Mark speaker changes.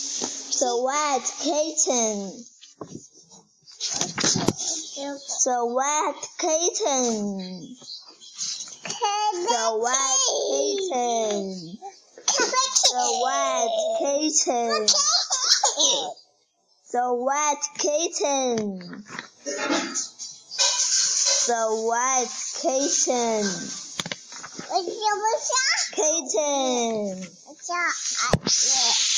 Speaker 1: The Wet Kitten. The Wet Kitten. The Wet Kitten. The Wet Kitten. The Wet Kitten. The Wet Kitten. Kitten.